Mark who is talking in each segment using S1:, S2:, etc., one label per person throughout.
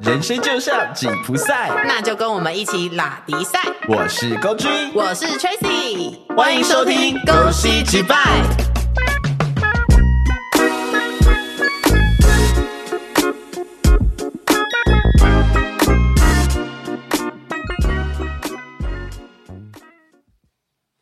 S1: 人生就像紧箍赛。
S2: 那就跟我们一起拉迪赛。
S1: 我是高君，
S2: 我是 Tracy，
S1: 欢迎收听《
S2: 恭
S1: 恭
S2: 喜
S1: 喜击
S2: 击
S1: 败
S2: 败》。》。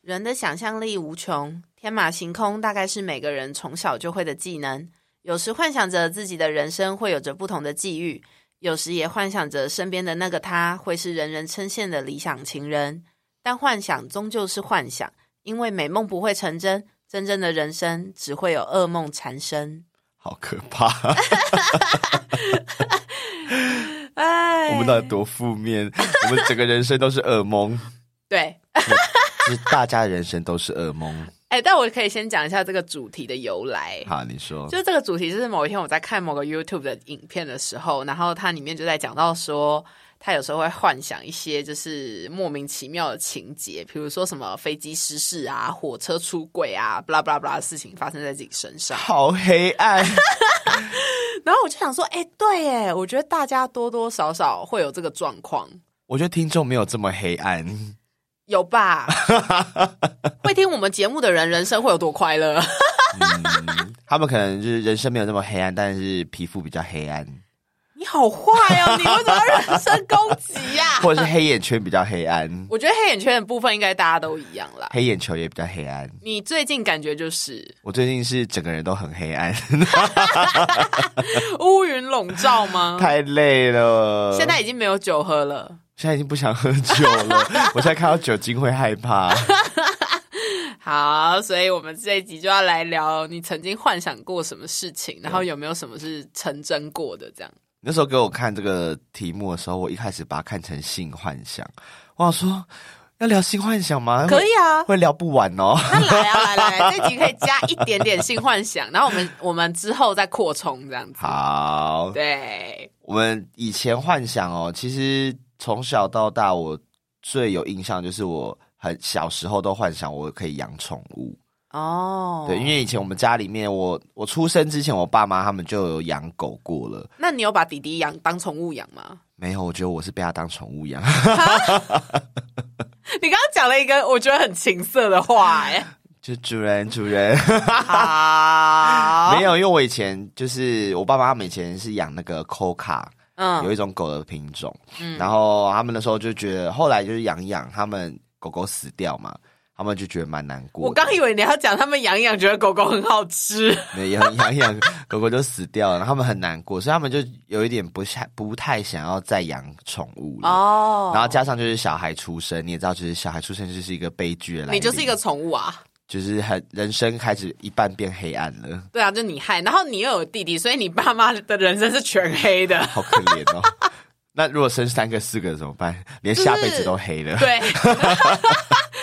S2: 人的想象力无穷，天马行空大概是每个人从小就会的技能。有时幻想着自己的人生会有着不同的际遇，有时也幻想着身边的那个他会是人人称羡的理想情人。但幻想终究是幻想，因为美梦不会成真，真正的人生只会有噩梦缠身。
S1: 好可怕！
S2: 哎，
S1: 我们到底多负面？我们整个人生都是噩梦，
S2: 对，
S1: 就是大家的人生都是噩梦。
S2: 哎，但我可以先讲一下这个主题的由来。
S1: 好，你说
S2: 就是这个主题，就是某一天我在看某个 YouTube 的影片的时候，然后它里面就在讲到说，他有时候会幻想一些就是莫名其妙的情节，比如说什么飞机失事啊、火车出轨啊、blah blah blah 的事情发生在自己身上。
S1: 好黑暗，
S2: 然后我就想说，哎、对，哎，我觉得大家多多少少会有这个状况，
S1: 我觉得听众没有这么黑暗。
S2: 有 吧？会听我们节目的人，人生会有多快乐？
S1: 他们可能就是人生没有那么黑暗，但是皮肤比较黑暗，
S2: 你好坏 哦，你为什么要人身攻击呀、
S1: 或者是黑眼圈比较黑暗，
S2: 我觉得黑眼圈的部分应该大家都一样啦。
S1: 黑眼球也比较黑暗。
S2: 你最近感觉就是
S1: 我最近是整个人都很黑暗，
S2: 嗯乌云笼罩吗？
S1: 太累了。
S2: 现在已经没有酒喝了。
S1: 现在已经不想喝酒 了，我现在看到酒精会害怕。
S2: 好，所以我们这一集就要来聊你曾经幻想过什么事情，然后有没有什么是成真过的？这样
S1: 那时候给我看这个题目的时候，我一开始把它看成性幻想，我想说要聊性幻想吗？
S2: 可以啊
S1: 会，会聊不完哦。
S2: 那来啊，来来来，这集可以加一点点性幻想，然后我们我们之后再扩充这样子。
S1: 好，
S2: 对，
S1: 我们以前幻想哦，其实从小到大，我最有印象就是我很小时候都幻想我可以养宠物。
S2: 哦，
S1: 对，因为以前我们家里面，我我出生之前，我爸妈他们就有养狗过了。
S2: 那你有把弟弟养当宠物养吗？
S1: 没有，我觉得我是被它当宠物养。
S2: 你刚刚讲了一个我觉得很情色的话、
S1: 就主人，主人
S2: 哎，好，
S1: 没，有，因为我以前就是我爸妈他们以前是养那个 c 卡，有
S2: 嗯
S1: 一种狗的品种，
S2: 嗯
S1: 然后他们那时候就觉得，后来就是养一养，他们狗狗死掉嘛，他们就觉得蛮难过的。
S2: 我刚以为你要讲他们养一养觉得狗狗很好 吃，
S1: 没有养一养狗狗就死掉了，然后他们很难过，所以他们就有一点不太不太想要再养宠物了。
S2: 哦
S1: 嗯然后加上就是小孩出生，你也知道，就是小孩出生就是一个悲剧的来临，
S2: 你就是一个宠物啊，
S1: 就是很人生开始一半变黑暗了，
S2: 对啊，就你害，然后你又有弟弟，所以你爸妈的人生是全黑的，
S1: 好可怜哦。那如果生三个四个怎么办？连下辈子都黑了。
S2: 对，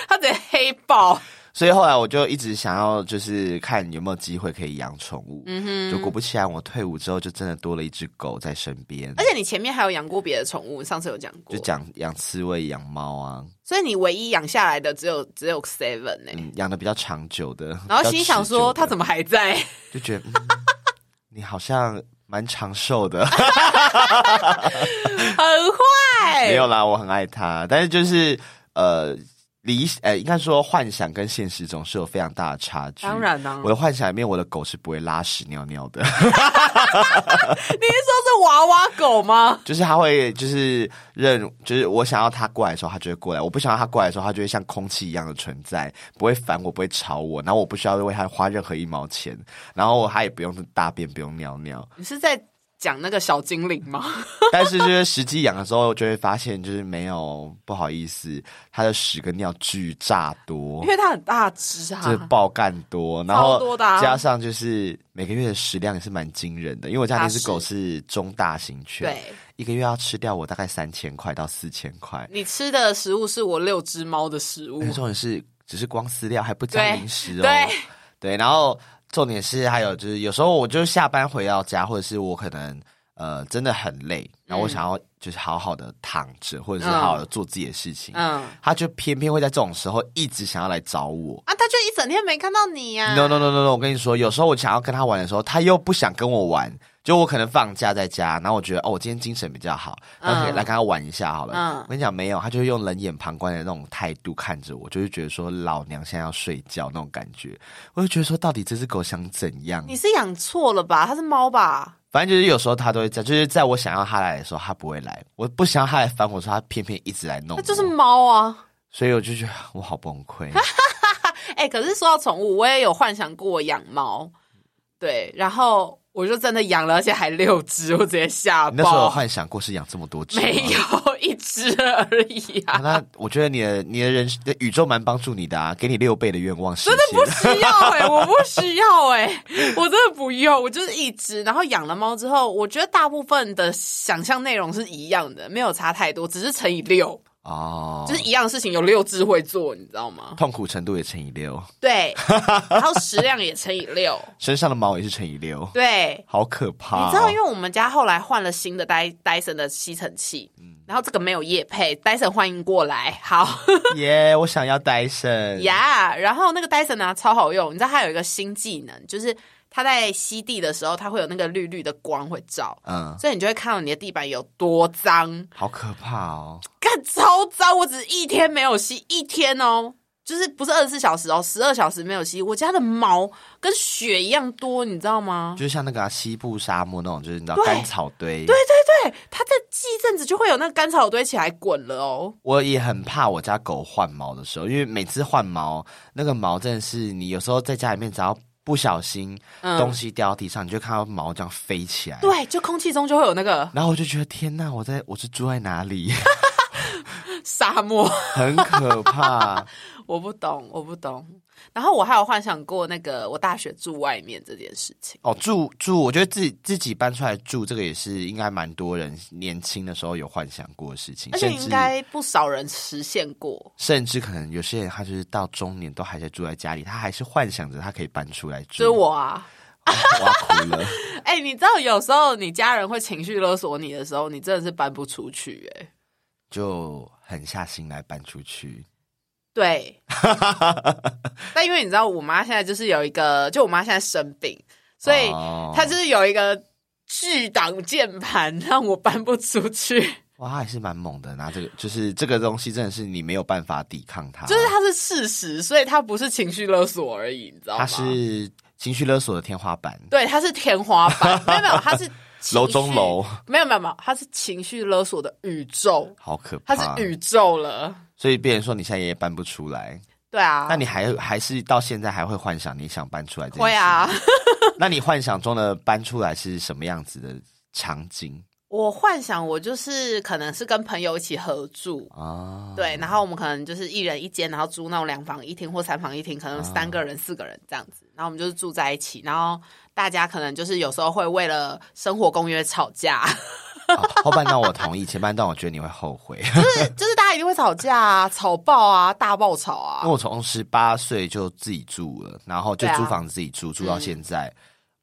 S2: 他得黑爆，
S1: 所以后来我就一直想要，就是看有没有机会可以养宠物。
S2: 嗯哼。
S1: 就果不其然，我退伍之后就真的多了一只狗在身边
S2: 而，且你前面还有养过别的宠物，上次有讲过，
S1: 就讲养刺猬、养猫啊，
S2: 所以你唯一养下来的只有只有 Seven 呢、
S1: 嗯，养的比较长久的。
S2: 哎然后心想说它
S1: 么
S2: 怎么还在？
S1: 就觉得、嗯 你好像蛮长寿的，
S2: 哎很坏，
S1: 没有啦，我很爱它，但是就是呃理呃应该说幻想跟现实中是有非常大的差距。
S2: 当。然啊呢、
S1: 我的幻想里面，我的狗是不会拉屎尿尿的，
S2: 你是说是娃娃狗吗？
S1: 就是它会就是认，就是我想要它过来的时候，它就会过来；我不想要它过来的时候，它就会像空气一样的存在，不会烦我，不会吵我，然后我不需要为它花任何一毛钱，然后它也不用大便，不用尿 尿。
S2: 你是在讲那个小精灵吗？
S1: 但是就是实际养的时候，就会发现就是没有不好意思，它的屎跟尿巨炸多
S2: 因，为它很大只啊，
S1: 这爆干多，然后
S2: 超多的啊
S1: 加上就是每个月的食量也是蛮惊人的，因为我家那只狗是中大型犬，
S2: 对
S1: 一个月要吃掉我大概三千块到四千块，
S2: 你吃的食物是我六只猫的食物
S1: 而且，重点是只是光饲料还不加
S2: 对
S1: 零食哦，
S2: 对，
S1: 对，然后重点是还有就是，有时候我就下班回到家，或者是我可能呃真的很累，然后我
S2: 嗯
S1: 想要就是好好的躺着，或者是好好的做自己的事情，
S2: 嗯，
S1: 他就偏偏会在这种时候一直想要来找我。
S2: 啊，它就一整天没看到你呀、啊
S1: No no no no no！我跟你说，有时候我想要跟他玩的时候，他又不想跟我玩，就我可能放假在家，然后我觉得哦，我今天精神比较好，然后可以
S2: 嗯
S1: 来跟他玩一下好了。
S2: 嗯
S1: 我跟你讲，没有，他就用冷眼旁观的那种态度看着我，就是觉得说老娘现在要睡觉那种感觉。我就觉得说，到底这只狗想怎样？
S2: 你是养错了吧？它是猫吧？
S1: 反正就是有时候它都会在，就是在我想要它来的时候，它不会来；我不想要它来烦我的时候，它偏偏一直来弄
S2: 它
S1: 我。
S2: 就是猫啊！
S1: 所以我就觉得我好崩 溃。
S2: 哎、可是说到宠物，我也有幻想过我养猫，对，然后我就真的养了，而且还六只，我直接吓
S1: 你那时候有
S2: 爆。
S1: 幻想过是养这么多只吗
S2: 没有一只而已
S1: 啊
S2: 啊，
S1: 那我觉得你的你的人你的宇宙蛮帮助你的啊，给你六倍的愿望实现。
S2: 不需要哎、我不需要哎、我真的不用，我就是一只。然后养了猫之后，我觉得大部分的想象内容是一样的，没有差太多，只是乘以六，
S1: 哦，
S2: 就是一样的事情有六只会做，你知道吗？
S1: 痛苦程度也乘以六，
S2: 对，然后食量也乘以六，
S1: 身上的毛也是乘以六，
S2: 对。
S1: 好可怕、哦。
S2: 你知道，因为我们家后来换了新的戴戴森的吸尘器，然后这个没有叶配，戴森欢迎过来，好
S1: 耶我想要戴森。
S2: 呀。然后那个戴森呢超好用，你知道它有一个新技能，就是它在吸地的时候，它会有那个绿绿的光会照，
S1: 嗯，
S2: 所以你就会看到你的地板有多脏，
S1: 好可怕哦。
S2: 干超脏。我只一天没有吸，一天哦，就是不是二十四小时哦，十二小时没有吸。我家的毛跟雪一样多，你知道吗？
S1: 就像那个啊、西部沙漠那种，就是你知道
S2: 对
S1: 干草堆。
S2: 对对对，它在积一阵子就会有那个干草堆起来滚了哦。
S1: 我也很怕我家狗换毛的时候，因为每次换毛，那个毛真的是你有时候在家里面只要不小心、
S2: 嗯
S1: 东西掉到地上，你就看到毛这样飞起来。。
S2: 对，就空气中就会有那个
S1: 然后我就觉得天呐，我在我是住在哪里？
S2: 沙漠。
S1: 很可怕。
S2: 我不懂，我不懂。然后我还有幻想过那个我大学住外面这件事情。
S1: 哦，住住，我觉得自己自己搬出来住，这个也是应该蛮多人年轻的时候有幻想过的事情，
S2: 而且
S1: 甚至
S2: 应该不少人实现过，
S1: 甚至可能有些人他就是到中年都还在住在家里，他还是幻想着他可以搬出来
S2: 就是
S1: 住。哦
S2: 我啊，
S1: 我要哭了，
S2: 哎、你知道有时候你家人会情绪勒索你的时候，你真的是搬不出去、哎，
S1: 就狠下心来搬出去。
S2: 对。但因为你知道，我妈现在就是有一个，就我妈现在生病，所以
S1: 哦
S2: 她就是有一个巨挡键盘，让我搬不出去。
S1: 哇，他还是蛮猛的，拿这个就是这个东西真的是你没有办法抵抗它，
S2: 就是它是事实，所以它不是情绪勒索而已，你知道
S1: 他
S2: 吗？
S1: 是情绪勒索的天花板，
S2: 对，它是天花 板，没有没有，它是情绪
S1: 楼中楼，
S2: 没有没有没有，它是情绪勒索的宇宙，
S1: 好可
S2: 它
S1: 怕。
S2: 是宇宙了。
S1: 所以别人说你现在也搬不出来，
S2: 对啊，
S1: 那你还还是到现在还会幻想你想搬出来这件事？
S2: 会啊。？
S1: 那你幻想中的搬出来是什么样子的场景
S2: 我幻想我就是可能是跟朋友一起合住，
S1: 啊？
S2: 对，然后我们可能就是一人一间，然后租那种两房一厅或三房一厅，可
S1: 嗯
S2: 能三个人、四个人这样子，然后我们就是住在一起，然后大家可能就是有时候会为了生活公约吵架，
S1: 哦后半段我同意，前半段我觉得你会后悔，
S2: 就是就是大家一定会吵架啊，吵爆啊，大爆吵
S1: 因为
S2: 啊，
S1: 我从十八岁就自己住了，然后就
S2: 对啊
S1: 租房自己住，住到现在。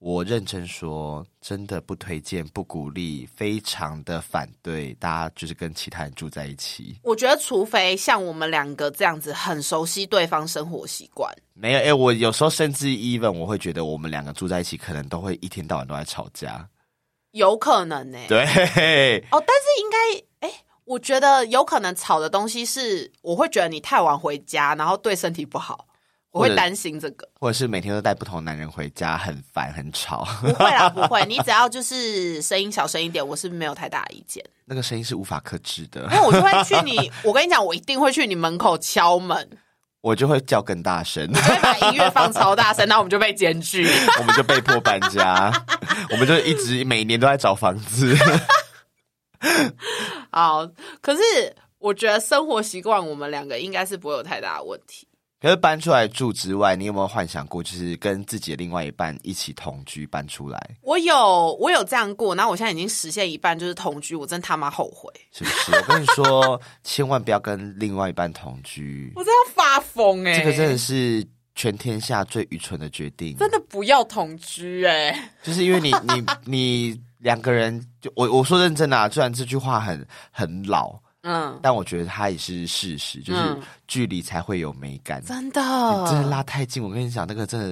S1: 我认真说，真的不推荐，不鼓励，非常的反对大家就是跟其他人住在一起。
S2: 我觉得除非像我们两个这样子很熟悉对方生活习惯，
S1: 没有，哎、我有时候甚至 even 我会觉得我们两个住在一起，可能都会一天到晚都在吵架。
S2: 有可能呢、
S1: 对，
S2: 哦，但是应该，哎、我觉得有可能炒的东西是，我会觉得你太晚回家，然后对身体不好，我
S1: 或
S2: 会
S1: 者
S2: 担心这个。
S1: 或者是每天都带不同男人回家，很烦很吵。
S2: 不会啦，不会，你只要就是声音小声一点，我是没有太大的意见，
S1: 那个声音是无法克制的
S2: 因，为我就会去你，我跟你讲，我一定会去你门口敲门，
S1: 我就会叫更大声，
S2: 就会把音乐放超大声，然后我们就被检举。
S1: 我们就被迫搬家， 我们就一直每年都在找房子。
S2: 好，可是我觉得生活习惯我们两个应该是不会有太大的问题。
S1: 可是搬出来住之外，你有没有幻想过，就是跟自己的另外一半一起同居搬出来，
S2: 我有我有这样过，然后我现在已经实现一半，就是同居，我真他妈后悔，
S1: 是不是？我跟你说，千万不要跟另外一半同居，
S2: 我真要发疯哎、
S1: 这个真的是全天下最愚蠢的决定。
S2: 真的不要同居哎、
S1: 就是因为你你你两个人，就我我说认真的、啊，虽然这句话很很老，
S2: 嗯，
S1: 但我觉得它也是事实，就是
S2: 嗯
S1: 距离才会有美感。
S2: 真
S1: 你真的
S2: 的，
S1: 拉太近，我跟你讲，那个真的，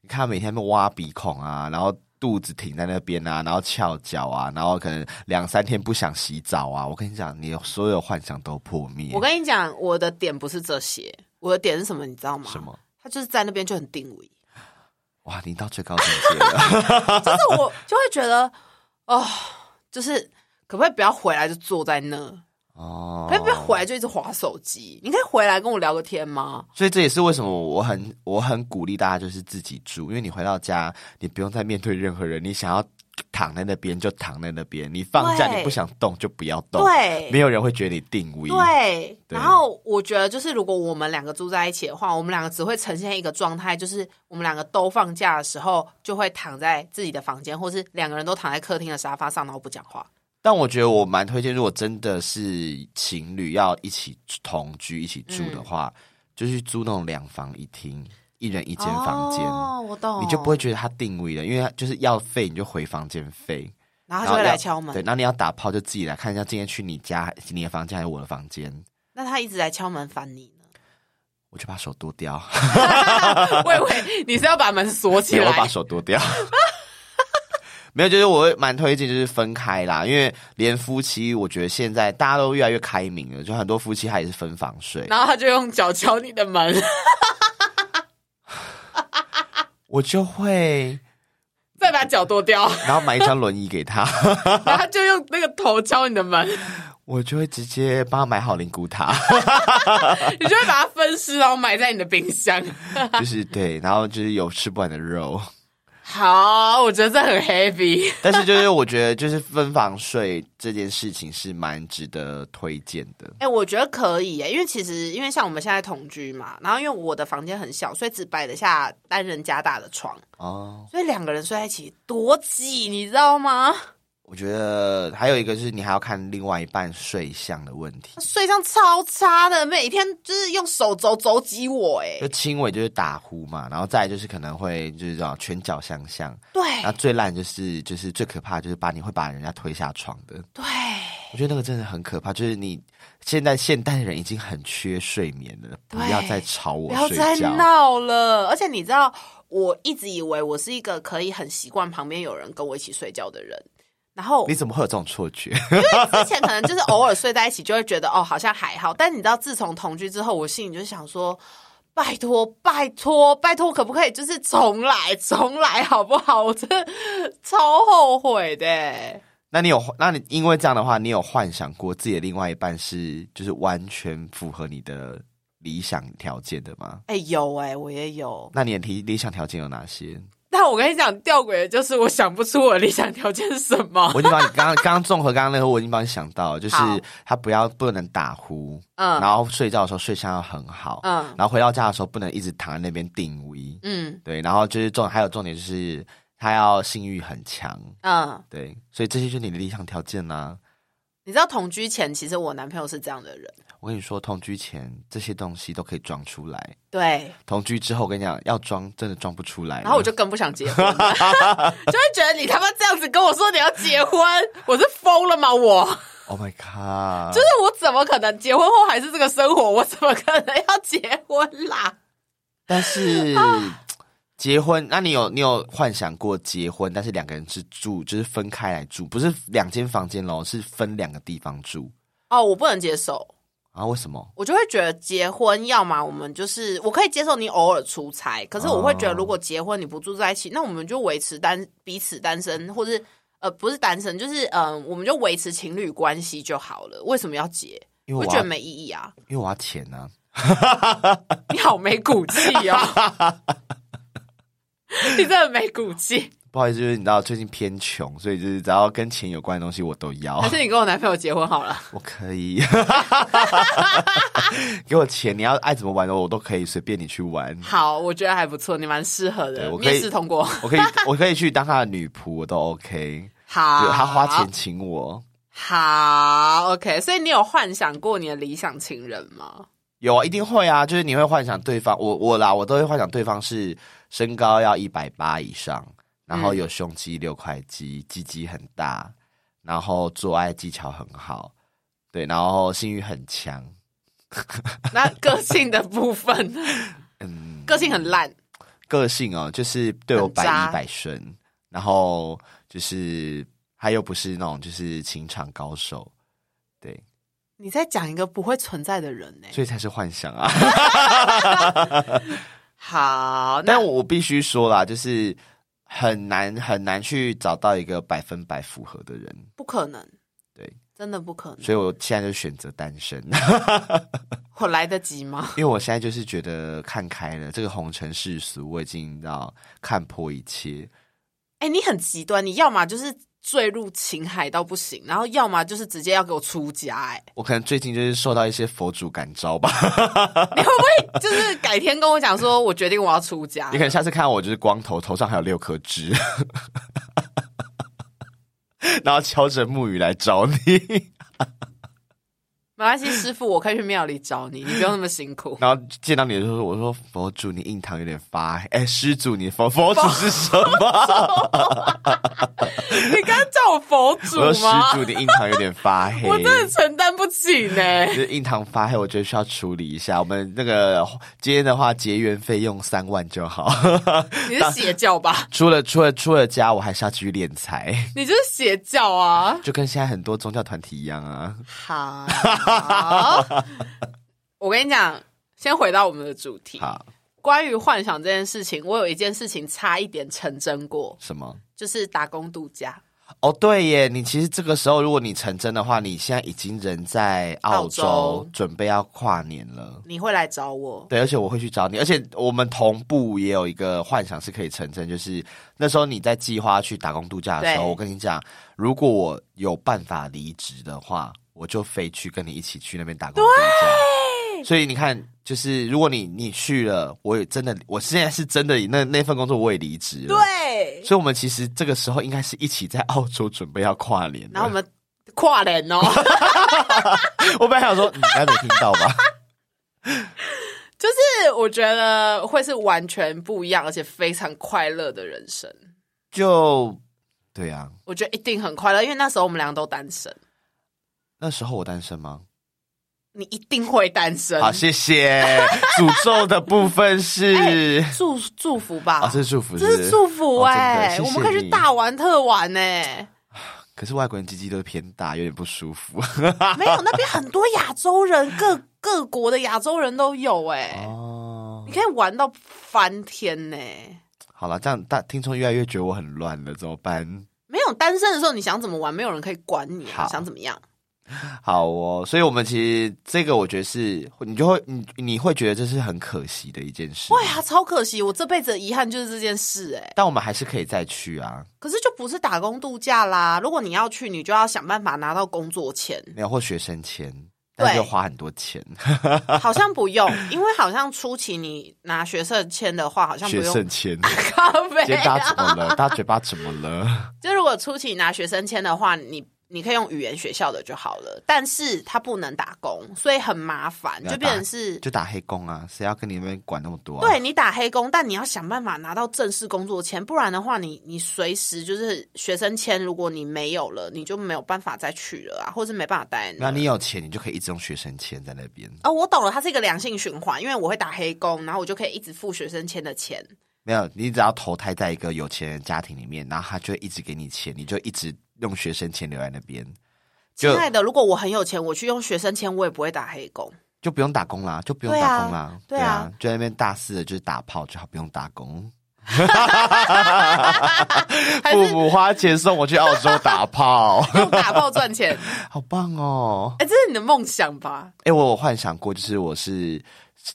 S1: 你看他每天被挖鼻孔啊，然后肚子挺在那边啊，然后翘脚啊，然后可能两三天不想洗澡啊。我跟你讲，你所有幻想都破灭。
S2: 我跟你讲，我的点不是这些，我的点是什么，你知道吗？
S1: 什么？
S2: 他就是在那边就很定位，
S1: 哇，你到最高境界 了，
S2: 就是 我就会觉得，哦，就是可不可以不要回来就坐在那？
S1: 哦
S2: 可不可以不要回来就一直划手机？你可以回来跟我聊个天吗？
S1: 所以这也是为什么我很我很鼓励大家就是自己住，因为你回到家，你不用再面对任何人，你想要躺在那边就躺在那边，你放假
S2: 对
S1: 你不想动就不要动，
S2: 对
S1: 没有人会觉得你定位，
S2: 对，
S1: 对
S2: 然后我觉得就是，如果我们两个住在一起的话，我们两个只会呈现一个状态，就是我们两个都放假的时候，就会躺在自己的房间，或是两个人都躺在客厅的沙发上，然后不讲话。
S1: 但我觉得我蛮推荐，如果真的是情侣要一起同居、一起住的话，
S2: 嗯
S1: 就去租那种两房一厅，一人一间房间。
S2: 哦，我懂，
S1: 你就不会，觉得它定位了，因为它就是要费你就回房间费，
S2: 然后
S1: 然
S2: 他就
S1: 后
S2: 会
S1: 要
S2: 来敲
S1: 对，
S2: 门。
S1: 然后你要打炮就自己来看一下，今天去你家、你的房间还是我的房间，
S2: 那他一直来敲门烦你呢？
S1: 我就把手剁掉，
S2: 喂喂，你是要把门锁起
S1: 对，我
S2: 来？
S1: 把手剁掉。 没有，就是我会蛮推荐，就是分开啦，因为连夫妻，我觉得现在大家都越来越开明了，就很多夫妻他也是分房睡，
S2: 然后他就用脚敲你的门。
S1: 我就会，
S2: 再把脚剁 掉，
S1: 然后买一张轮椅给他，
S2: 然后他就用那个头敲你的门，
S1: 我就会直接帮他买好灵骨塔，
S2: 你就会把它分尸，然后埋在你的冰箱。
S1: 就是对，然后就是有吃不完的肉，
S2: 好，我觉得这很 heavy。
S1: 但是就是我觉得就是分房睡这件事情是蛮值得推荐的。
S2: 哎、我觉得可以耶，因为其实因为像我们现在同居嘛，然后因为我的房间很小，所以只摆得下单人加大的床，
S1: 哦，
S2: 所以两个人睡在一起多挤，你知道吗？
S1: 我觉得还有一个就是你还要看另外一半睡相的问题，
S2: 睡相超差的，每天就是用手肘肘击我，哎
S1: 就，轻微就是打呼嘛，然后再来就是可能会就是这种拳脚相向，
S2: 对
S1: 然后最烂就是就是最可怕的就是把你会把人家推下床的。
S2: 对，
S1: 我觉得那个真的很可怕，就是你现在现代人已经很缺睡眠了，不
S2: 对
S1: 要再吵我
S2: 不要
S1: 睡
S2: 再
S1: 觉。
S2: 闹了。而且你知道，我一直以为我是一个可以很习惯旁边有人跟我一起睡觉的人。然后
S1: 你怎么会有这种错觉？
S2: 之前可能就是偶尔睡在一起，就会觉得哦好像还好。但你知道，自从同居之后，我心里就想说，拜托拜托拜托，可不可以就是重来重来好不好？我真的超后悔的。
S1: 那你有，那你因为这样的话，你有幻想过自己的另外一半是就是完全符合你的理想条件的吗？
S2: 哎、有哎、我也有。
S1: 那你的理理想条件有哪些？
S2: 但我跟你讲，吊诡的就是我想不出我的理想条件是什么。
S1: 我已经帮你刚刚刚刚综合刚刚那个，我已经帮你想到了，就是
S2: 好
S1: 他不要不能打呼，
S2: 嗯
S1: 然后睡觉的时候睡相要很好，
S2: 嗯
S1: 然后回到家的时候不能一直躺在那边定位，
S2: 嗯
S1: 对，然后就是重还有重点就是他要性欲很强，
S2: 嗯，
S1: 对，所以这些就是你的理想条件啊啦、
S2: 你知道同居前，其实我男朋友是这样的人，
S1: 我跟你说，同居前这些东西都可以装出来，
S2: 对，
S1: 同居之后我跟你讲，要装真的装不出来了。
S2: 然后我就更不想结 婚了，就会觉得你他妈这样子跟我说你要结婚，我是疯了吗？我
S1: Oh my god！
S2: 就是我怎么可能结婚后还是这个生活？我怎么可能要结婚啦？
S1: 但是
S2: 啊
S1: 结婚，那你有你有幻想过结婚，但是两个人是住，就是分开来住，不是两间房间喽，是分两个地方住
S2: 哦，我不能接受。
S1: 啊？为什么？
S2: 我就会觉得结婚，要么我们就是我可以接受你偶尔出差，可是我会觉得
S1: 哦
S2: 如果结婚你不住在一起，那我们就维持单彼此单身，或是呃不是单身，就是嗯、呃我们就维持情侣关系就好了。为什么要结？
S1: 因
S2: 我
S1: 为我
S2: 觉得
S1: 要
S2: 没意义啊！
S1: 因为我要钱呢、
S2: 你好没骨气哦， 你真的没骨气。
S1: 不好意思，就是你知道最近偏穷，所以就是只要跟钱有关的东西我都要
S2: 还，是你跟我男朋友结婚好了？
S1: 我可以 给我钱，你要爱怎么玩的我都可以，随便你去玩。
S2: 好，我觉得还不错，你蛮适合
S1: 对
S2: 的，
S1: 我可以
S2: 面试通过。
S1: 我可以，我可以去当他的女仆，我都 OK。
S2: 好，
S1: 对他花钱。请我，
S2: 好，OK。所以你有幻想过你的理想情人 吗？
S1: 有啊，一定会啊，就是你会幻想对方，我我啦，我都会幻想对方是身高要一百八以上，然后
S2: 嗯
S1: 有胸肌六块肌，鸡鸡很大，然后做爱技巧很好，对，然后性欲很强，
S2: 那个性的部分，
S1: 嗯，
S2: 个性很烂，
S1: 个性哦，就是对我
S2: 很
S1: 百
S2: 渣
S1: 依百顺，然后就是他又不是那种就是情场高手，对，
S2: 你在讲一个不会存在的人呢、
S1: 所以才是幻想啊。
S2: 好，那
S1: 但我必须说啦，就是很难很难去找到一个百分百符合的人，
S2: 不可能，
S1: 对，
S2: 真的不可能。
S1: 所以我现在就选择单身，
S2: 我来得及吗？
S1: 因为我现在就是觉得看开了，这个红尘世俗我已经到看破一切，
S2: 哎、你很极端，你要么就是坠入情海到不行，然后要么就是直接要给我出家、哎，
S1: 我可能最近就是受到一些佛主感召吧。
S2: 你会不会就是改天跟我讲说，我决定我要出家
S1: 你？可能下次看到我就是光头，头上还有六颗痣， 然后敲着木鱼来找你，
S2: 没关系，师傅，我可以去庙里找 你，你不用那么辛苦。
S1: 然后见到你的时候，我说佛主你印堂有点发黑，哎、施主你佛佛主是什么？
S2: 你刚刚叫我佛祖
S1: 我说施
S2: 吗？
S1: 主你印堂有点发黑，
S2: 我真的承担不起 呢。
S1: 就是印堂发黑，我觉得需要处理一下。我们那个今天的话，结缘费用三万就好。
S2: 你是邪教吧？
S1: 除了除了除了家，我还是要继续敛财，
S2: 你就是邪教啊！
S1: 就跟现在很多宗教团体一样啊。
S2: 好，我跟你讲，先回到我们的主题，
S1: 好，
S2: 关于幻想这件事情，我有一件事情差一点成真过，
S1: 什么？
S2: 就是打工度假。
S1: 哦，对耶，你其实这个时候，如果你成真的话，你现在已经人在澳洲，
S2: 澳洲
S1: 准备要跨年了。
S2: 你会来找我？
S1: 对，而且我会去找你，而且我们同步也有一个幻想是可以成真，就是那时候你在计划去打工度假的时候，
S2: 对
S1: 我跟你讲，如果我有办法离职的话，我就飞去跟你一起去那边打工度假。所以你看，就是如果你你去了，我也真的，我现在是真的那那份工作我也离职了。
S2: 对，
S1: 所以我们其实这个时候应该是一起在澳洲准备要跨年的。
S2: 然后我们跨年哦，
S1: 我本来想说，你应该没听到吧？
S2: 就是我觉得会是完全不一样，而且非常快乐的人生。
S1: 就对啊，
S2: 我觉得一定很快乐，因为那时候我们俩都单身，
S1: 那时候我单身吗？
S2: 你一定会单身。
S1: 好，谢 谢。诅咒的部分是
S2: 祝 祝福吧，
S1: 啊，这是祝福，
S2: 这是祝福
S1: 哦
S2: 哎、
S1: 真的谢谢
S2: 我们可以去
S1: 你
S2: 大玩特 玩哎、
S1: 可是外国人鸡鸡都是偏大，有点不舒服。
S2: 没有那边很多亚洲人，各各国的亚洲人都有 哎、
S1: 哦
S2: 你，可以玩到翻天呢、
S1: 好了，这样大听众越来越觉得我很乱了，怎么办？
S2: 没有单身的时候，你想怎么玩，没有人可以管你啊，
S1: 好
S2: 想怎么样？
S1: 好哦，所以我们其实这个，我觉得是你就会你你会觉得这是很可惜的一件事。
S2: 对啊，超可惜，我这辈子的遗憾就是这件事哎、
S1: 但我们还是可以再去啊，
S2: 可是就不是打工度假啦，如果你要去，你就要想办法拿到工 作签，
S1: 你要或学生签，但
S2: 对
S1: 就花很多钱。
S2: 好像不用，因为好像初期你拿学生签的话，好像不
S1: 学
S2: 用
S1: 生 签，
S2: 咖啡啊
S1: 今天大家怎么 了？大家嘴巴怎么了？
S2: 就如果初期拿学生签的话，你你可以用语言学校的就好了，但是他不能打工，所以很麻烦，
S1: 要打
S2: 就变成是。
S1: 就打黑工啊，谁要跟你们管那么多、啊？
S2: 对你打黑工，但你要想办法拿到正式工作签，不然的话你，你随时就是学生签，如果你没有了，你就没有办法再去了啊，或是没办法待在
S1: 那
S2: 那。
S1: 你有钱，你就可以一直用学生签在那边。
S2: 哦，我懂了，它是一个良性循环，因为我会打黑工，然后我就可以一直付学生签的钱。
S1: 没有，你只要投胎在一个有钱人家庭里面，然后他就会一直给你钱，你就一直用学生钱留在那边，
S2: 亲
S1: 就
S2: 爱的，如果我很有钱，我去用学生签，我也不会打黑工。
S1: 就不用打工啦，就不用
S2: 对啊
S1: 打工啦，
S2: 对啊
S1: 就在那边大四的就是打炮就好，不用打 工。
S2: 还
S1: 父
S2: 是
S1: 母花钱送我去澳洲打炮，
S2: 用打炮赚钱？
S1: 好棒哦！
S2: 哎、这是你的梦想吧？
S1: 哎、我有幻想过，就是我是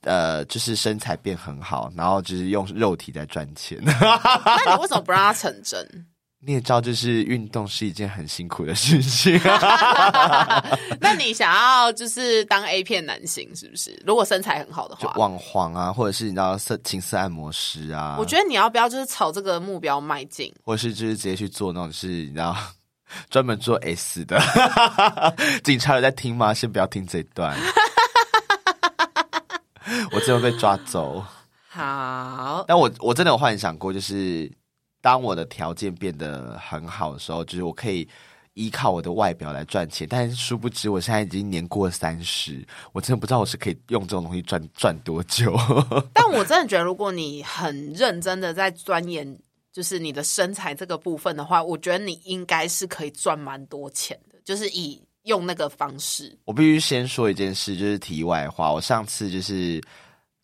S1: 呃，就是身材变很好，然后就是用肉体在赚钱。
S2: 那你为什么不让它成真？
S1: 你也知道，就是运动是一件很辛苦的事情。啊
S2: 那你想要就是当 A 片男星是不是？如果身材很好的
S1: 就
S2: 话，
S1: 网黄啊，或者是你知道色情色按摩师啊，
S2: 我觉得你要不要就是朝这个目标迈进？
S1: 或者是就是直接去做那种就是你知道专门做 S 的， 警察有在听吗？先不要听这一段， 我真的被抓走。
S2: 好，
S1: 但我我真的有幻想过，就是当我的条件变得很好的时候，就是我可以依靠我的外表来赚钱。但是殊不知，我现在已经年过三十，我真的不知道我是可以用这种东西赚赚多久。
S2: 但我真的觉得，如果你很认真的在钻研就是你的身材这个部分的话，我觉得你应该是可以赚蛮多钱的，就是以用那个方式。
S1: 我必须先说一件事，就是题外话。我上次就是，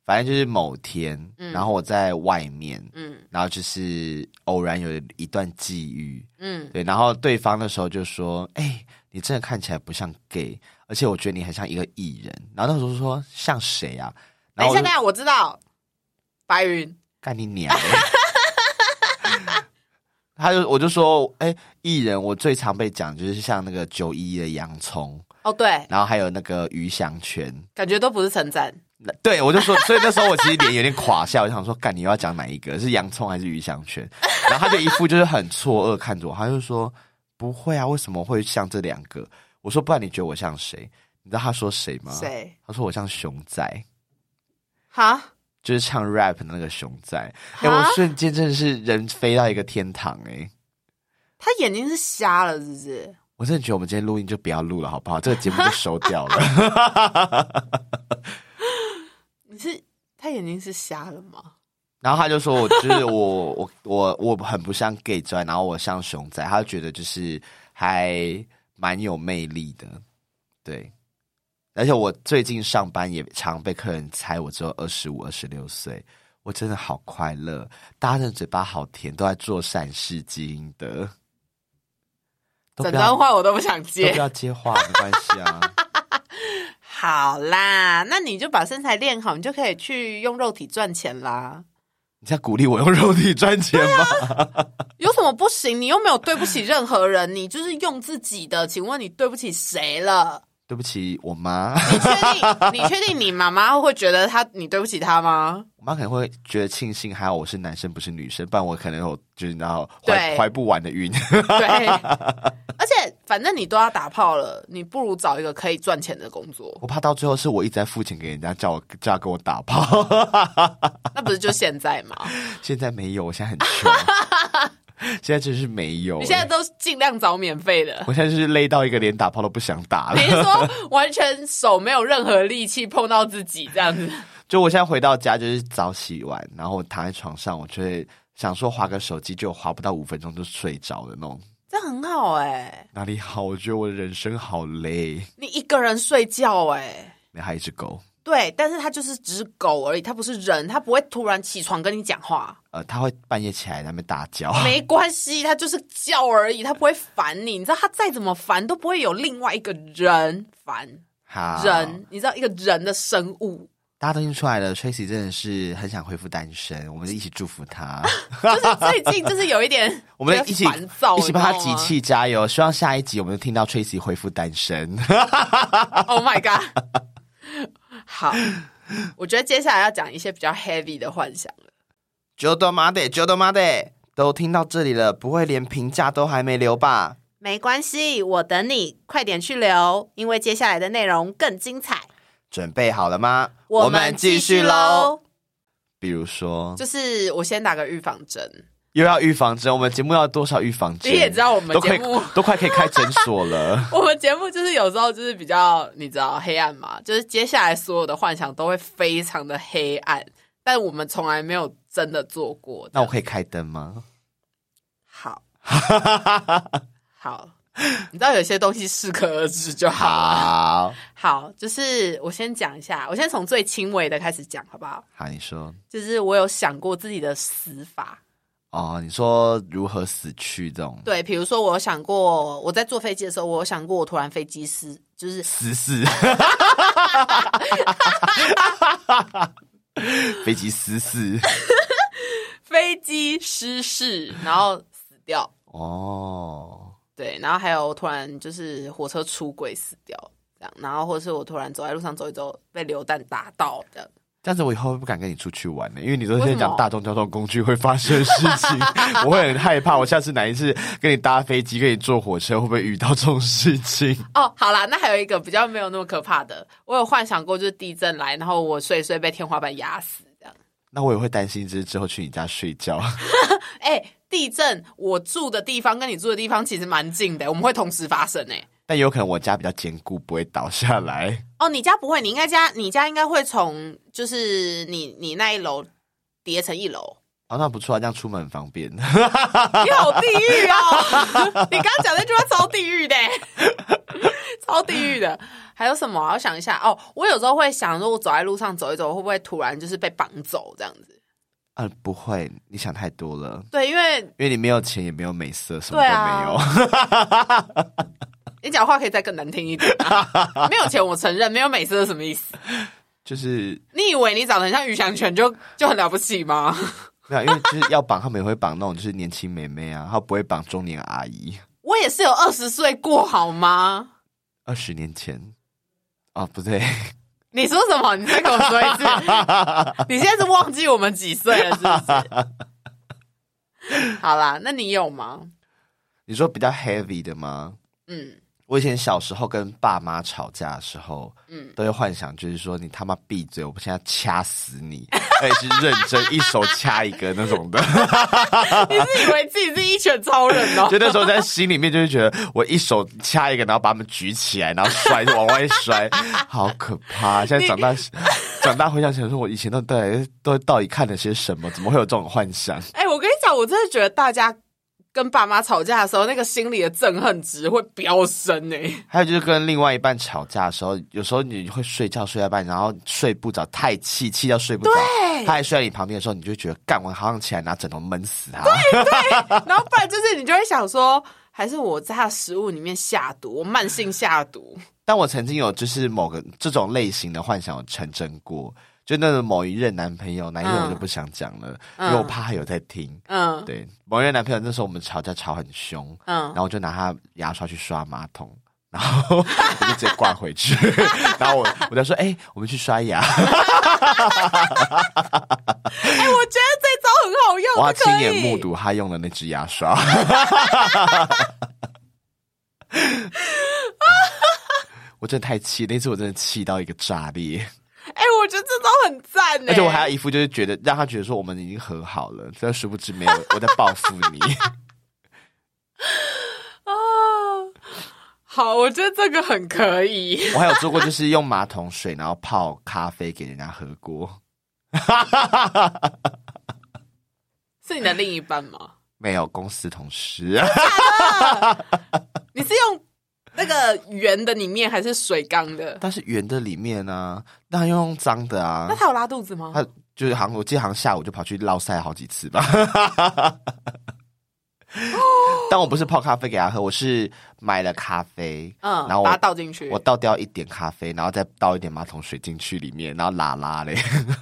S1: 反正就是某天，然后我在外面，
S2: 嗯
S1: 然后就是偶然有一段际遇，
S2: 嗯，
S1: 对，然后对方那时候就说：“哎、你真的看起来不像 gay，而且我觉得你很像一个艺人。”然后那时候说：“像谁啊？”然
S2: 等
S1: 后我
S2: 一下，
S1: 就
S2: 等一下，我知道，白云，
S1: 干你娘欸！ 他就我就说：“哎、艺人我最常被讲就是像那个九一的洋葱，
S2: 哦对，
S1: 然后还有那个余祥全。”
S2: 感觉都不是称赞。
S1: 那对，我就说，所以那时候我其实脸有点垮下，我就想说，干你又要讲哪一个是洋葱还是鱼香圈？然后他就一副就是很错愕看着我，他就说不会啊，为什么会像这两个？我说不然你觉得我像谁？你知道他说谁吗？？
S2: 谁？
S1: 他说我像熊仔，
S2: 哈？
S1: 就是唱 rap 的那个熊仔。哎、
S2: 哈
S1: 我瞬间真的是人飞到一个天堂哎、
S2: 他眼睛是瞎了，是不是？
S1: 我真的觉得我们今天录音就不要录了，好不好？这个节目就收掉了。
S2: 你是他眼睛是瞎了吗？
S1: 然后他就说我就是我我我我很不像 gay 之外，然后我像熊仔，他就觉得就是还蛮有魅力的，对。而且我最近上班也常被客人猜我只有二十五、二十六岁，我真的好快乐，大家的嘴巴好甜，都在做善事，基因的。都
S2: 整
S1: 不要
S2: 段话我都不想
S1: 都不
S2: 接。
S1: 要接话，没关系啊。
S2: 好啦，那你就把身材练好，你就可以去用肉体赚钱啦。
S1: 你在鼓励我用肉体赚钱吗？
S2: 有什么不行？你又没有对不起任何人，你就是用自己的。请问你对不起谁了？
S1: 对不起，我妈，
S2: 你确定？你确定你妈妈会觉得她你对不起她吗？
S1: 我妈可能会觉得庆幸，还好我是男生不是女生，不然我可能有就是然后怀
S2: 对
S1: 怀不完的孕。
S2: 对，而且反正你都要打炮了，你不如找一个可以赚钱的工作，
S1: 我怕到最后是我一直在付钱给人家，叫我叫他跟我打炮。
S2: 那不是就现在吗？
S1: 现在没有，我现在很穷， 现在真是没有。
S2: 你现在都尽量找免费的。
S1: 我现在就是累到一个连打炮都不想打
S2: 你
S1: 了。
S2: 是说完全手没有任何力气碰到自己这样子？
S1: 就我现在回到家就是早洗完，然后我躺在床上，我就会想说划个手机，就划不到五分钟就睡着的那种。
S2: 这很好哎、
S1: 哪里好？我觉得我的人生好累。
S2: 你一个人睡觉哎、
S1: 那还有一只狗，
S2: 对，但是它就是只是狗而已，它不是人，它不会突然起床跟你讲话，
S1: 呃，它会半夜起来在那边大叫。
S2: 没关系，它就是叫而已，它不会烦你。你知道它再怎么烦都不会有另外一个人烦
S1: 好
S2: 人，你知道一个人的生物，
S1: 大家都听出来了，Tracy 真的是很想恢复单身，我们一起祝福 她，
S2: 就是最近就是有一点
S1: 我们一起
S2: 觉得烦躁，
S1: 一起帮她
S2: 你知
S1: 集
S2: 道吗
S1: 气加油。希望下一集我们就听到 Tracy 恢复单身。
S2: Oh my god！好，我觉得接下来要讲一些比较 heavy 的幻想了。
S1: 九斗马得，九斗马得，都听到这里了，不会连评价都还没留吧？
S2: 没关系，我等你，快点去留，因为接下来的内容更精彩。
S1: 准备好了吗？。。比如说，
S2: 就是我先打个预防针，
S1: 又要预防针，我们节目要多少预防针？
S2: 你也知道我们
S1: 都快
S2: 节目
S1: 都快可以开诊所了。
S2: 我们节目就是有时候就是比较你知道黑暗嘛，就是接下来所有的幻想都会非常的黑暗，但我们从来没有真的做过。
S1: 那我可以开灯吗？
S2: 好， 好，你知道有些东西适可而止就好了。
S1: 好，
S2: 好，就是我先讲一下，我先从最轻微的开始讲，好不好？
S1: 好，你说。
S2: 就是我有想过自己的死法，
S1: 哦，你说如何死去这种
S2: 对，比如说我有想过我在坐飞机的时候，我有想过我突然飞机失，就是
S1: 死 死，飞机死死
S2: 飞机失事，然后死掉，
S1: 哦，
S2: 对，然后还有我突然就是火车出轨死掉，这样，然后或是我突然走在路上走一走被流弹打到的，
S1: 这样子我以后会不敢跟你出去玩呢、因为你都
S2: 为
S1: 在
S2: 什么
S1: 讲大众交通工具会发生的事 情，我会很害怕。我下次哪一次跟你搭飞机、跟你坐火车，会不会遇到这种事情？
S2: 哦，好啦，那还有一个比较没有那么可怕的，我有幻想过就是地震来，然后我睡一睡被天花板压死这样。
S1: 那我也会担心，就是之后去你家睡觉。
S2: 哎、地震，我住的地方跟你住的地方其实蛮近的，我们会同时发生哎、
S1: 但也有可能我家比较坚固，不会倒下来。
S2: 哦，你家不会，你应该家，你家应该会从就是你你那一楼叠成一楼，
S1: 哦，那不错啊，这样出门很方便。
S2: 你好地狱哦！ 你刚刚讲那句话超地狱的欸， 超地狱的。还有什么啊、我想一下哦，我有时候会想，说我走在路上走一走，会不会突然就是被绑走这样子？
S1: 啊，不会，你想太多了，
S2: 对，因为
S1: 因为你没有钱，也没有美色，什么
S2: 对
S1: 都
S2: 啊
S1: 没有。
S2: 你讲话可以再更难听一点、 啊。没有钱，我承认；没有美色是什么意思？
S1: 就是
S2: 你以为你长得很像于翔泉就就很了不起吗？
S1: 没有，因为就是要绑，他们也会绑那种就是年轻妹妹啊，他不会绑中年阿姨。
S2: 我也是有二十岁过好吗？
S1: 二十年前啊，不对，
S2: 你说什么？你再跟我说一次。你现在是忘记我们几岁了，是不是？好啦，那你有吗？
S1: 你说比较 heavy 的吗？
S2: 嗯
S1: 我以前小时候跟爸妈吵架的时候，
S2: 嗯，
S1: 都会幻想，就是说你他妈闭嘴，我现在掐死你， 而且是认真一手掐一个那种的。
S2: 你是以为自己是一拳超人 哦
S1: 就？那时候在心里面就是觉得，我一手掐一个，然后把他们举起来，然后摔，就往外摔，好可怕！现在长大，长大回想起来，说我以前都到底都到底看了些什么？怎么会有这种幻想？
S2: 哎、我跟你讲，我真的觉得大家跟爸妈吵架的时候，那个心里的憎恨值会飙升哎、
S1: 还有就是跟另外一半吵架的时候，有时候你会睡觉睡到一半，然后睡不着，太气气到睡不着，他还睡在你旁边的时候，你就觉得干，我好想起来拿枕头闷死他。
S2: 然后不然就是你就会想说，还是我在他的食物里面下毒，我慢性下毒。
S1: 但我曾经有就是某个这种类型的幻想有成真过，就那个某一任男朋友，男友我就不想讲了，因为我怕他有在听。
S2: 嗯
S1: 对，某一任男朋友那时候我们吵架吵很凶，
S2: 嗯
S1: 然，后我就拿他牙刷去刷马桶。然后 我就直接挂回去， 然后我我就说：“哎、我们去刷 牙。
S2: 哎、我觉得这招很好”用，
S1: 我要
S2: 这可
S1: 亲
S2: 以
S1: 眼目睹他用了那支牙刷。 我真的太气，那次我真的气到一个炸裂。
S2: 哎、我觉得这招很赞欸呢、
S1: 而且我还要一副就是觉得让他觉得说我们已经和好了，但殊不知没有，我在报复你。
S2: 啊，好，我觉得这个很可以。
S1: 我还有做过就是用马桶水然后泡咖啡给人家喝过，
S2: 是你的另一半吗？
S1: 没有公司同事，
S2: 你是用那个圆的里面还是水缸的？
S1: 但是圆的里面呢、啊，那要用脏的啊
S2: 那。他有拉肚子吗？
S1: 他就是好像我记得好像下午就跑去捞晒好几次吧。 但我不是泡咖啡给他喝，我是买了咖啡，
S2: 嗯，
S1: 然后我
S2: 把它倒进去
S1: 我。倒掉一点咖啡，然后再倒一点马桶水进去里面，然后拉拉嘞。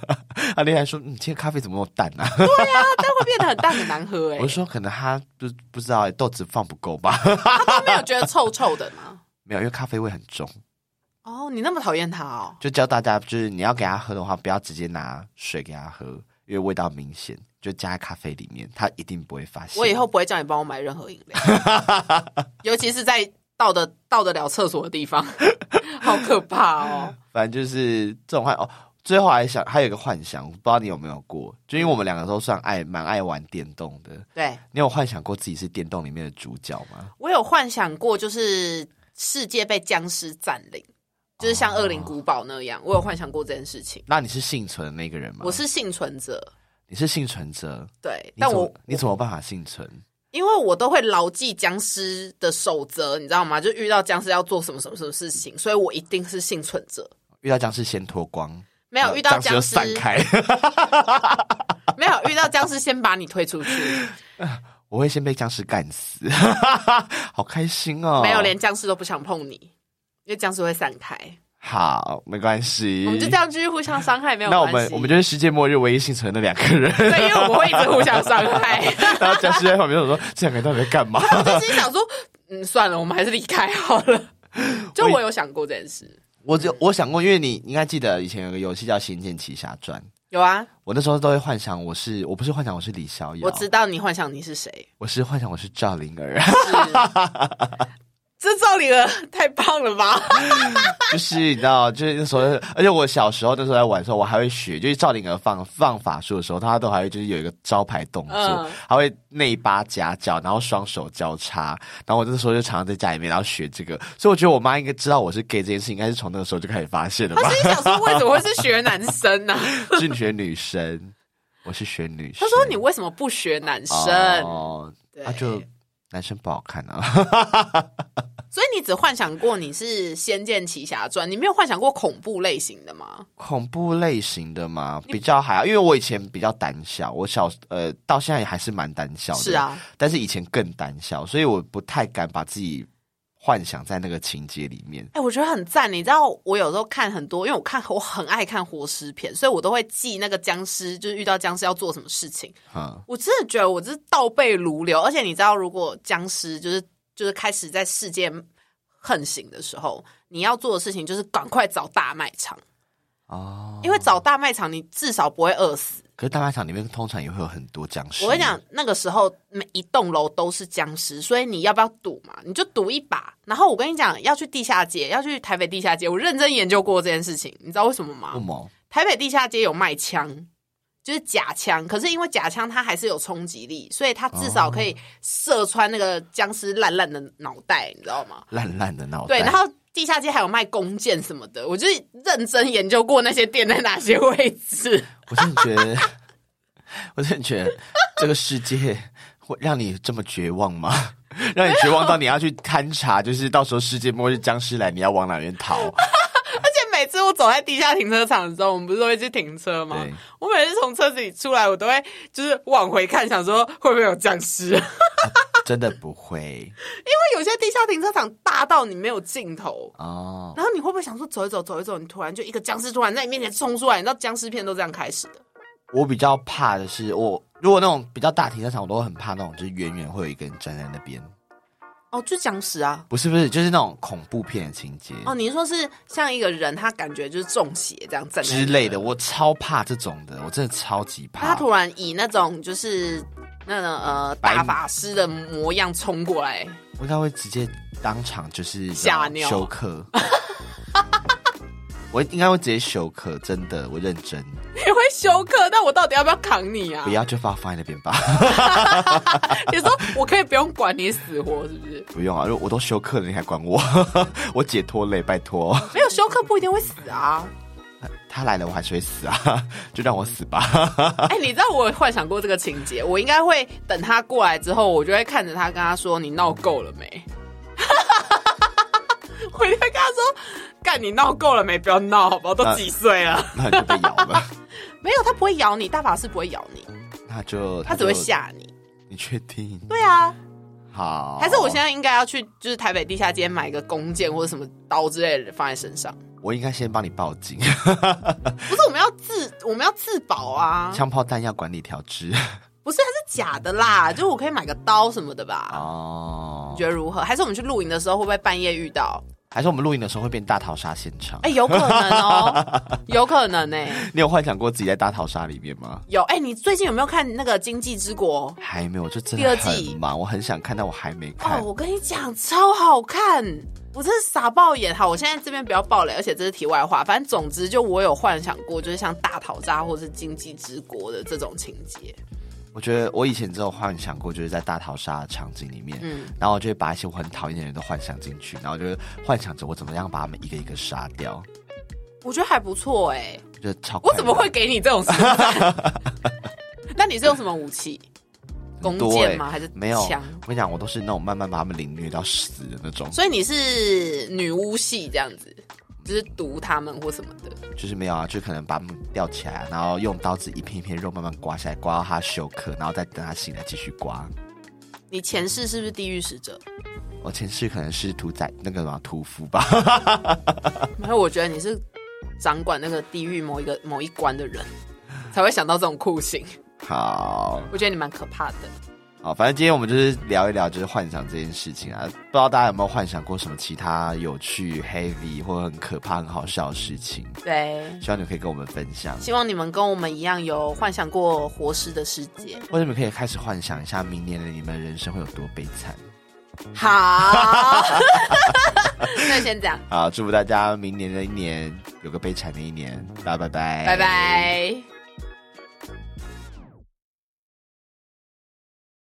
S1: 阿丽还说：“嗯，今天咖啡怎么那么淡啊
S2: 但会变得很淡很难喝？”哎、
S1: 我就说：“可能他不不知道、欸、豆子放不够吧？
S2: 他没有觉得臭臭的吗？
S1: 没有，因为咖啡味很重。
S2: 哦，你那么讨厌他哦？
S1: 就教大家，就是你要给他喝的话，不要直接拿水给他喝，因为味道明显，就加在咖啡里面，他一定不会发现。
S2: 我以后不会叫你帮我买任何饮 料，尤其是在到的到得了厕所的地方， 好可怕哦！
S1: 反正就是这种幻哦。最后还想还有一个幻想，我不知道你有没有过，就因为我们两个都算爱蛮爱玩电动的，
S2: 对
S1: 你有幻想过自己是电动里面的主角吗？
S2: 我有幻想过，就是世界被僵尸占领，就是像《恶灵古堡》那样，我有幻想过这件事情。
S1: 那你是幸存的那个人吗？
S2: 我是幸存者，
S1: 你是幸存者，
S2: 对，
S1: 你
S2: 但
S1: 怎
S2: 我
S1: 么你怎么办法幸存？
S2: 因为我都会牢记僵尸的守则，你知道吗？就遇到僵尸要做什么什么什么事情，所以我一定是幸存者。
S1: 遇到僵尸先脱光，
S2: 没 有遇到僵
S1: 哦就
S2: 尸，
S1: 散开。
S2: 没有遇到僵尸，先把你推出去。
S1: 我会先被僵尸干死， 好开心 哦！
S2: 没有，连僵尸都不想碰你，因为僵尸会散开。
S1: 好，没关系。
S2: 我们就这样继续互相伤害，没有
S1: 那我
S2: 关
S1: 们
S2: 系。
S1: 我们就是世界末日唯一幸存的两个人，
S2: 对，因为我们会一直互相伤害。
S1: 然后僵尸在旁边我说：“这两个人到底在干 嘛
S2: 我就心想说，嗯，算了，我们还是离开好了。就我有想过这件事，？”
S1: 我就我想过，因为你应该记得以前有个游戏叫《仙剑奇侠传》，
S2: 有啊，
S1: 我那时候都会幻想我是我不是幻想我是李逍遥，
S2: 我知道你幻想你是谁，
S1: 我是幻想我是赵灵儿。
S2: 是这赵丽儿太棒了吧？
S1: 就是你知道，就是那时候，而且我小时候那时候在玩的时候，我还会学，就是赵灵儿放放法术的时候，她都还会就是有一个招牌动作
S2: 嗯，
S1: 还、会内八夹脚，然后双手交叉，然后我那时候就常常在家里面，然后学这个，所以我觉得我妈应该知道我是 gay 这件事，应该是从那个时候就开始发现了吧
S2: 我，心想说，为什么会是学男生呢、
S1: 就是你学女生。我是学女生。
S2: 他说你为什么不学男生？
S1: 哦，
S2: 对
S1: 那、就男生不好看啊。
S2: 所以你只幻想过你是《仙剑奇侠传》，你没有幻想过恐怖类型的吗？
S1: 恐怖类型的嘛，比较还好，因为我以前比较胆小，我小呃到现在也还是蛮胆小的，
S2: 是，啊，
S1: 但是以前更胆小，所以我不太敢把自己幻想在那个情节里面。
S2: 哎、我觉得很赞。你知道，我有时候看很多，因为我看我很爱看活尸片，所以我都会记那个僵尸，就是遇到僵尸要做什么事情。
S1: 嗯，
S2: 我真的觉得我这是倒背如流，而且你知道，如果僵尸就是就是开始在世界横行的时候，你要做的事情就是赶快找大卖场，
S1: 哦，
S2: 因为找大卖场你至少不会饿死。
S1: 可是大卖场里面通常也会有很多僵尸。
S2: 我跟你讲，那个时候每一栋楼都是僵尸，所以你要不要赌嘛？你就赌一把。然后我跟你讲，要去地下街，要去台北地下街，我认真研究过这件事情，你知道为什么吗？
S1: 不毛
S2: 台北地下街有卖枪，就是假枪，可是因为假枪它还是有冲击力，所以它至少可以射穿那个僵尸烂烂的脑袋，你知道吗？
S1: 烂烂的脑袋，
S2: 对，然后地下街还有卖弓箭什么的，我就是认真研究过那些店在哪些位置。
S1: 我真的觉得， 我真的觉得这个世界会让你这么绝望吗？ 让你绝望到你要去勘察，就是到时候世界末日僵尸来，你要往哪边 逃？
S2: 而且每次我走在地下停车场的时候，我们不是都会去停车吗
S1: 对？
S2: 我每次从车子里出来，我都会就是往回看，想说会不会有僵 尸，因为
S1: 真的不会
S2: 有些地下停车场大到你没有尽头。
S1: 哦。
S2: 然后你会不会想说走一走走一走，你突然就一个僵尸突然在你面前冲出来？你知道僵尸片都这样开始的。
S1: 我比较怕的是，我如果那种比较大停车场，我都会很怕那种，就是远远会有一个人站在那边，
S2: 哦，就僵尸啊！
S1: 不是不是，就是那种恐怖片的情节
S2: 哦，你说是像一个人，他感觉就是中邪这样站在那
S1: 之类的，我超怕这种的，我真的超级
S2: 他
S1: 怕。
S2: 突然以那种就是那种呃
S1: 白
S2: 大法师的模样冲过来，
S1: 我应该会直接当场就是
S2: 吓尿
S1: 休克。 我应该会直接休克，真的，我认真，
S2: 你会休克，那我到底要不要扛你啊
S1: 不？要就把我放在那边吧，
S2: 你说我可以不用管你死活，是不是？
S1: 不用啊，如果我都休克了，你还管我？ 我解脱累，拜托，
S2: 没有休克不一定会死啊！
S1: 他来了我还是会死啊， 就让我死吧。
S2: 哎、你知道我有幻想过这个情节，我应该会等他过来之后，我就会看着他跟他说：“你闹够了没？” 我就会跟他说：“干，你闹够了没？不要闹，好不好？都几岁了，
S1: 那你就被咬 了，
S2: 啊没有，他不会咬你，大法师不会咬你，
S1: 那就
S2: 他只会。吓你。
S1: 就你确定？
S2: 对啊，
S1: 好，
S2: 还是我现在应该要去，就是台北地下街买一个弓箭或者什么刀之类的放在身上。
S1: 我应该先帮你报警，
S2: 不是，我们要自我们要自保啊，
S1: 枪炮弹药管理调制
S2: 不是，它是假的啦，就我可以买个刀什么的吧。
S1: 哦
S2: 你。觉得如何？还是我们去露营的时候会不会半夜遇到？
S1: 还是我们录音的时候会变大逃杀现场？
S2: 哎、有可能 哦，有可能呢、
S1: 你有幻想过自己在大逃杀里面吗？
S2: 有哎、你最近有没有看那个《经济之国》？
S1: 还没有，就真
S2: 第二
S1: 的
S2: 季
S1: 很忙，我很想看，但我还没
S2: 哦
S1: 看，。
S2: 我跟你讲，超好看，我真是傻爆眼。好，我现在这边不要爆雷，而且这是题外话。反正总之，就我有幻想过，就是像大逃杀或是《经济之国》的这种情节。
S1: 我觉得我以前只有幻想过，就是在大逃杀的场景里面，
S2: 嗯
S1: 然后我就会把一些我很讨厌的人都幻想进去，然后就会幻想着我怎么样把他们一个一个杀掉，
S2: 我觉得还不错哎、
S1: 就超快
S2: 我
S1: 乐。
S2: 怎么会给你这种事？ 那你是用什么武器？弓
S1: 很多
S2: 箭
S1: 欸
S2: 吗？还是
S1: 没有？
S2: 枪？
S1: 我跟你讲，我都是那种慢慢把他们凌虐到死的那种，
S2: 所以你是女巫系这样子，就是毒他们或什么的。
S1: 就是没有啊，就可能把他们吊起来，然后用刀子一片一片肉慢慢刮下来，刮到他休克，然后再等他醒来继续刮。
S2: 你前世是不是地狱使者？
S1: 我前世可能是屠宰那个什么屠夫吧，
S2: 没有，我觉得你是掌管那个地狱某一个某一关的人，才会想到这种酷刑。
S1: 好。
S2: 我觉得你蛮可怕的。
S1: 好，反正今天我们就是聊一聊，就是幻想这件事情啊。不知道大家有没有幻想过什么其他有趣、heavy 或很可怕、很好笑的事情？
S2: 对，
S1: 希望你可以跟我们分享，
S2: 希望你们跟我们一样有幻想过活尸的世界。
S1: 或者你们可以开始幻想一下，明年的你们人生会有多悲惨。
S2: 好， 那先这样，
S1: 好，祝福大家明年的一年有个悲惨的一年，大家拜拜，
S2: 拜拜。